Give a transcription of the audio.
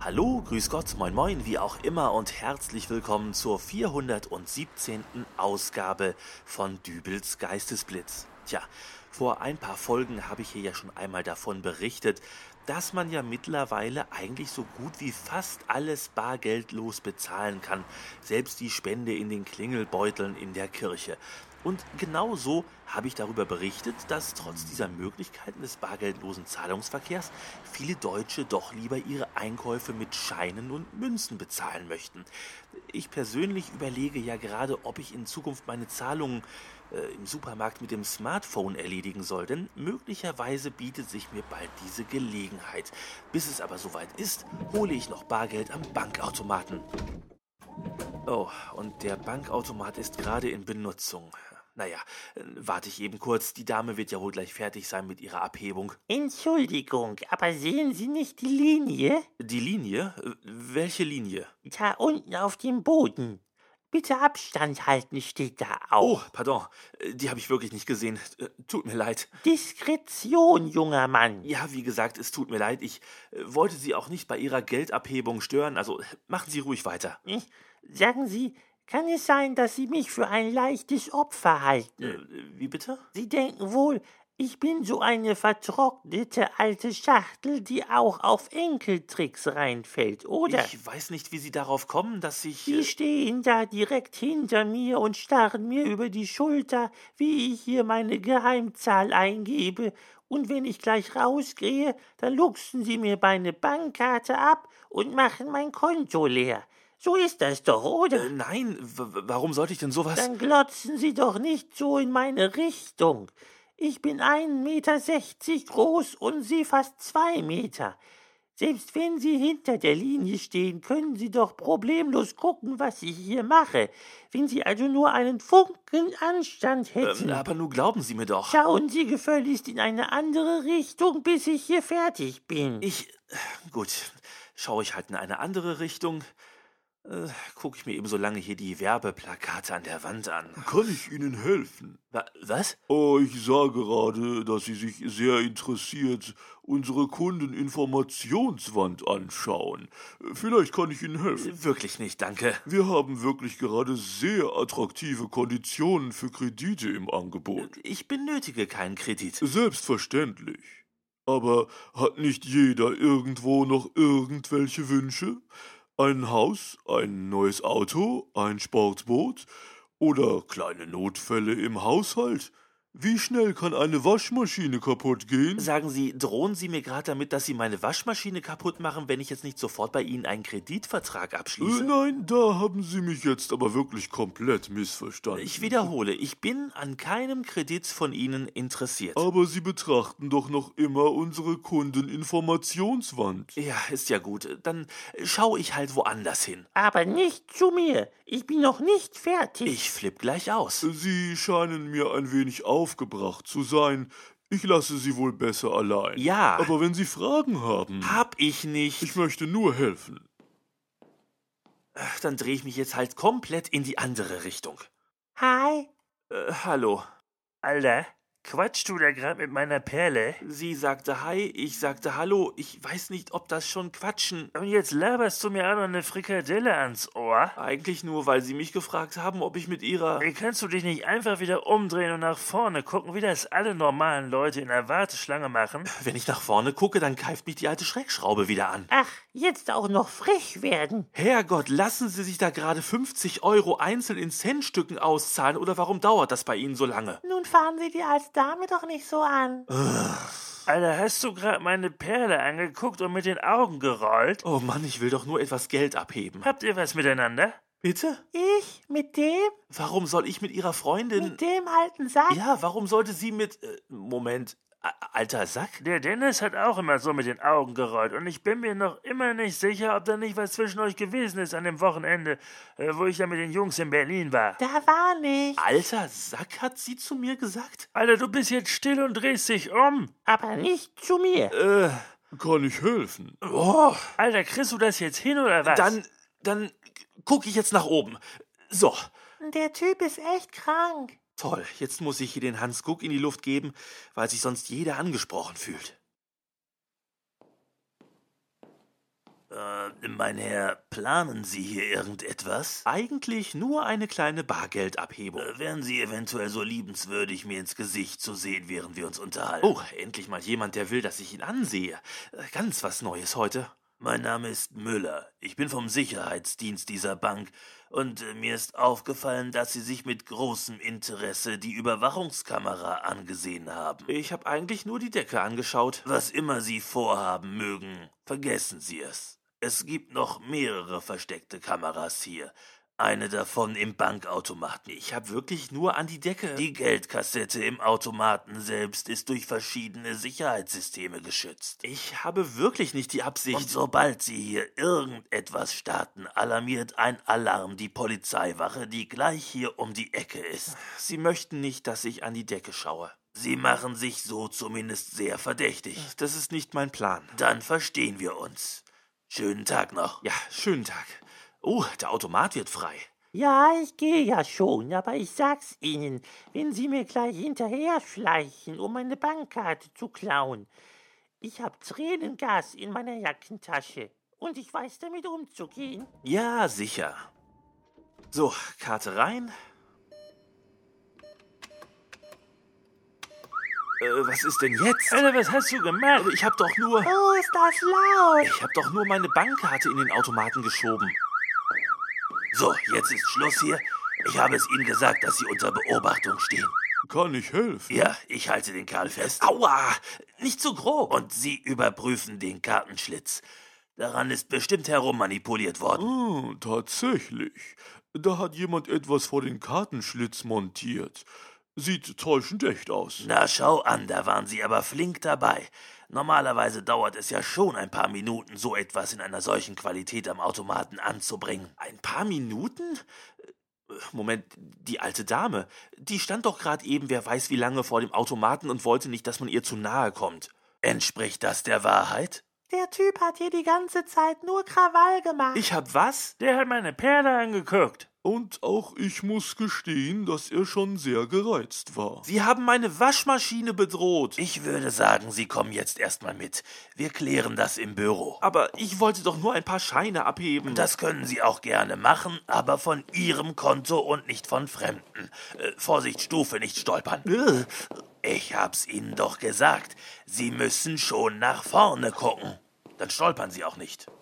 Hallo, grüß Gott, moin moin, wie auch immer und herzlich willkommen zur 417. Ausgabe von Dübels Geistesblitz. Tja, vor ein paar Folgen habe ich hier ja schon einmal davon berichtet, dass man ja mittlerweile eigentlich so gut wie fast alles bargeldlos bezahlen kann, selbst die Spende in den Klingelbeuteln in der Kirche. Und genau so habe ich darüber berichtet, dass trotz dieser Möglichkeiten des bargeldlosen Zahlungsverkehrs viele Deutsche doch lieber ihre Einkäufe mit Scheinen und Münzen bezahlen möchten. Ich persönlich überlege ja gerade, ob ich in Zukunft meine Zahlungen äh, im Supermarkt mit dem Smartphone erledigen soll, denn möglicherweise bietet sich mir bald diese Gelegenheit. Bis es aber soweit ist, hole ich noch Bargeld am Bankautomaten. Oh, und der Bankautomat ist gerade in Benutzung. Naja, äh, warte ich eben kurz. Die Dame wird ja wohl gleich fertig sein mit ihrer Abhebung. Entschuldigung, aber sehen Sie nicht die Linie? Die Linie? Äh, Welche Linie? Da unten auf dem Boden. Bitte Abstand halten steht da Oh, auch. pardon. Äh, Die habe ich wirklich nicht gesehen. Äh, Tut mir leid. Diskretion, junger Mann. Ja, wie gesagt, es tut mir leid. Ich äh, wollte Sie auch nicht bei Ihrer Geldabhebung stören. Also äh, machen Sie ruhig weiter. Äh, Sagen Sie, kann es sein, dass Sie mich für ein leichtes Opfer Äh, halten? Wie bitte? Sie denken wohl, ich bin so eine vertrocknete alte Schachtel, die auch auf Enkeltricks reinfällt, oder? Ich weiß nicht, wie Sie darauf kommen, dass ich. Die äh, stehen da direkt hinter mir und starren mir über die Schulter, wie ich hier meine Geheimzahl eingebe. Und wenn ich gleich rausgehe, dann luchsen sie mir meine Bankkarte ab und machen mein Konto leer. So ist das doch, äh, oder? Nein, w- w- warum sollte ich denn sowas? Dann glotzen sie doch nicht so in meine Richtung. Ich bin 1,60 Meter groß und sie fast zwei Meter. Selbst wenn Sie hinter der Linie stehen, können Sie doch problemlos gucken, was ich hier mache. Wenn Sie also nur einen Funken Anstand hätten, Ähm, aber nur glauben Sie mir doch. schauen Sie gefälligst in eine andere Richtung, bis ich hier fertig bin. Ich. äh, Gut, schaue ich halt in eine andere Richtung. Äh, Gucke ich mir eben so lange hier die Werbeplakate an der Wand an. Kann ich Ihnen helfen? Wa was? Ah, Ich sah gerade, dass Sie sich sehr interessiert unsere Kundeninformationswand anschauen. Vielleicht kann ich Ihnen helfen. Äh, Wirklich nicht, danke. Wir haben wirklich gerade sehr attraktive Konditionen für Kredite im Angebot. Ich benötige keinen Kredit. Selbstverständlich. Aber hat nicht jeder irgendwo noch irgendwelche Wünsche? Ein Haus, ein neues Auto, ein Sportboot oder kleine Notfälle im Haushalt? Wie schnell kann eine Waschmaschine kaputt gehen? Sagen Sie, drohen Sie mir gerade damit, dass Sie meine Waschmaschine kaputt machen, wenn ich jetzt nicht sofort bei Ihnen einen Kreditvertrag Äh, abschließe? nein, da haben Sie mich jetzt aber wirklich komplett missverstanden. Ich wiederhole, ich bin an keinem Kredit von Ihnen interessiert. aber Sie betrachten doch noch immer unsere Kundeninformationswand. Ja, ist ja gut. Dann schaue ich halt woanders hin. Aber nicht zu mir. Ich bin noch nicht fertig. Ich flipp gleich aus. Sie scheinen mir ein wenig aufgebracht zu sein. Ich lasse Sie wohl besser allein. Ja. Aber wenn Sie Fragen haben, Hab ich nicht. ich möchte nur helfen. Ach, dann drehe ich mich jetzt halt komplett in die andere Richtung. Hi. Äh, hallo. Alter, quatschst du da grad mit meiner Perle? Sie sagte Hi, ich sagte Hallo. Ich weiß nicht, ob das schon Quatschen. Und jetzt laberst du mir auch noch eine Frikadelle ans Ohr? Eigentlich nur, weil Sie mich gefragt haben, ob ich mit Ihrer. Ey, kannst du dich nicht einfach wieder umdrehen und nach vorne gucken, wie das alle normalen Leute in der Warteschlange machen? Wenn ich nach vorne gucke, dann keift mich die alte Schreckschraube wieder an. Ach, jetzt auch noch frech werden. Herrgott, lassen Sie sich da gerade 50 Euro einzeln in Centstücken auszahlen oder warum dauert das bei Ihnen so lange? Nun fahren Sie die als Dame doch nicht so an. Alter, hast du grad meine Perle angeguckt und mit den Augen gerollt? Oh Mann, ich will doch nur etwas Geld abheben. Habt ihr was miteinander? Bitte? Ich? Mit dem? Warum soll ich mit Ihrer Freundin. Mit dem alten Sack? Ja, warum sollte sie mit. Äh, Moment, a- alter Sack? Der Dennis hat auch immer so mit den Augen gerollt und ich bin mir noch immer nicht sicher, ob da nicht was zwischen euch gewesen ist an dem Wochenende, äh, wo ich da mit den Jungs in Berlin war. Da war nicht. Alter Sack hat sie zu mir gesagt? Alter, du bist jetzt still und drehst dich um. Aber nicht zu mir. Äh, Kann ich helfen? oh, Alter, kriegst du das jetzt hin oder was? dann, dann gucke ich jetzt nach oben. So, Der Typ ist echt krank. toll, jetzt muss ich hier den Hans Guck in die Luft geben, weil sich sonst jeder angesprochen fühlt. Äh, Äh, mein Herr, planen Sie hier irgendetwas? Eigentlich nur eine kleine Bargeldabhebung. Äh, wären Sie eventuell so liebenswürdig, mir ins Gesicht zu sehen, während wir uns unterhalten? Oh, endlich mal jemand, der will, dass ich ihn ansehe. Äh, Ganz was Neues heute. Mein Name ist Müller. Ich bin vom Sicherheitsdienst dieser Bank und äh, mir ist aufgefallen, dass Sie sich mit großem Interesse die Überwachungskamera angesehen haben. Ich habe eigentlich nur die Decke angeschaut. Was immer Sie vorhaben mögen, vergessen Sie es. Es gibt noch mehrere versteckte Kameras hier. Eine davon im Bankautomaten. Ich habe wirklich nur an die Decke. Die Geldkassette im Automaten selbst ist durch verschiedene Sicherheitssysteme geschützt. ich habe wirklich nicht die Absicht. Und sobald Sie hier irgendetwas starten, alarmiert ein Alarm die Polizeiwache, die gleich hier um die Ecke ist. Sie möchten nicht, dass ich an die Decke schaue. Sie machen sich so zumindest sehr verdächtig. Das ist nicht mein Plan. Dann verstehen wir uns. Schönen Tag noch. Ja, schönen Tag. Oh, der Automat wird frei. Ja, ich gehe ja schon, aber ich sag's Ihnen, wenn Sie mir gleich hinterher schleichen, um meine Bankkarte zu klauen. Ich hab Tränengas in meiner Jackentasche und ich weiß damit umzugehen. Ja, sicher. So, Karte rein. Äh, was ist denn jetzt? Alter, was hast du gemacht? Also, Ich hab doch nur. Oh, ist das laut. Ich hab doch nur meine Bankkarte in den Automaten geschoben. So, jetzt ist Schluss hier. Ich habe es Ihnen gesagt, dass Sie unter Beobachtung stehen. Kann ich helfen? Ja, ich halte den Karl fest. Aua! Nicht so grob. Und Sie überprüfen den Kartenschlitz. Daran ist bestimmt herummanipuliert worden. Hm, tatsächlich. Da hat jemand etwas vor den Kartenschlitz montiert. Sieht täuschend echt aus. Na, schau an, da waren Sie aber flink dabei. Normalerweise dauert es ja schon ein paar Minuten, so etwas in einer solchen Qualität am Automaten anzubringen. Ein paar Minuten? Äh, Moment, die alte Dame. Die stand doch gerade eben, wer weiß wie lange, vor dem Automaten und wollte nicht, dass man ihr zu nahe kommt. Entspricht das der Wahrheit? Der Typ hat hier die ganze Zeit nur Krawall gemacht. Ich hab was? Der hat meine Perle angeguckt. Und auch ich muss gestehen, dass er schon sehr gereizt war. Sie haben meine Waschmaschine bedroht. Ich würde sagen, Sie kommen jetzt erstmal mit. Wir klären das im Büro. Aber ich wollte doch nur ein paar Scheine abheben. Das können Sie auch gerne machen, aber von Ihrem Konto und nicht von Fremden. Äh, Vorsicht, Stufe nicht stolpern. Äh, Ich hab's Ihnen doch gesagt. Sie müssen schon nach vorne gucken. Dann stolpern Sie auch nicht.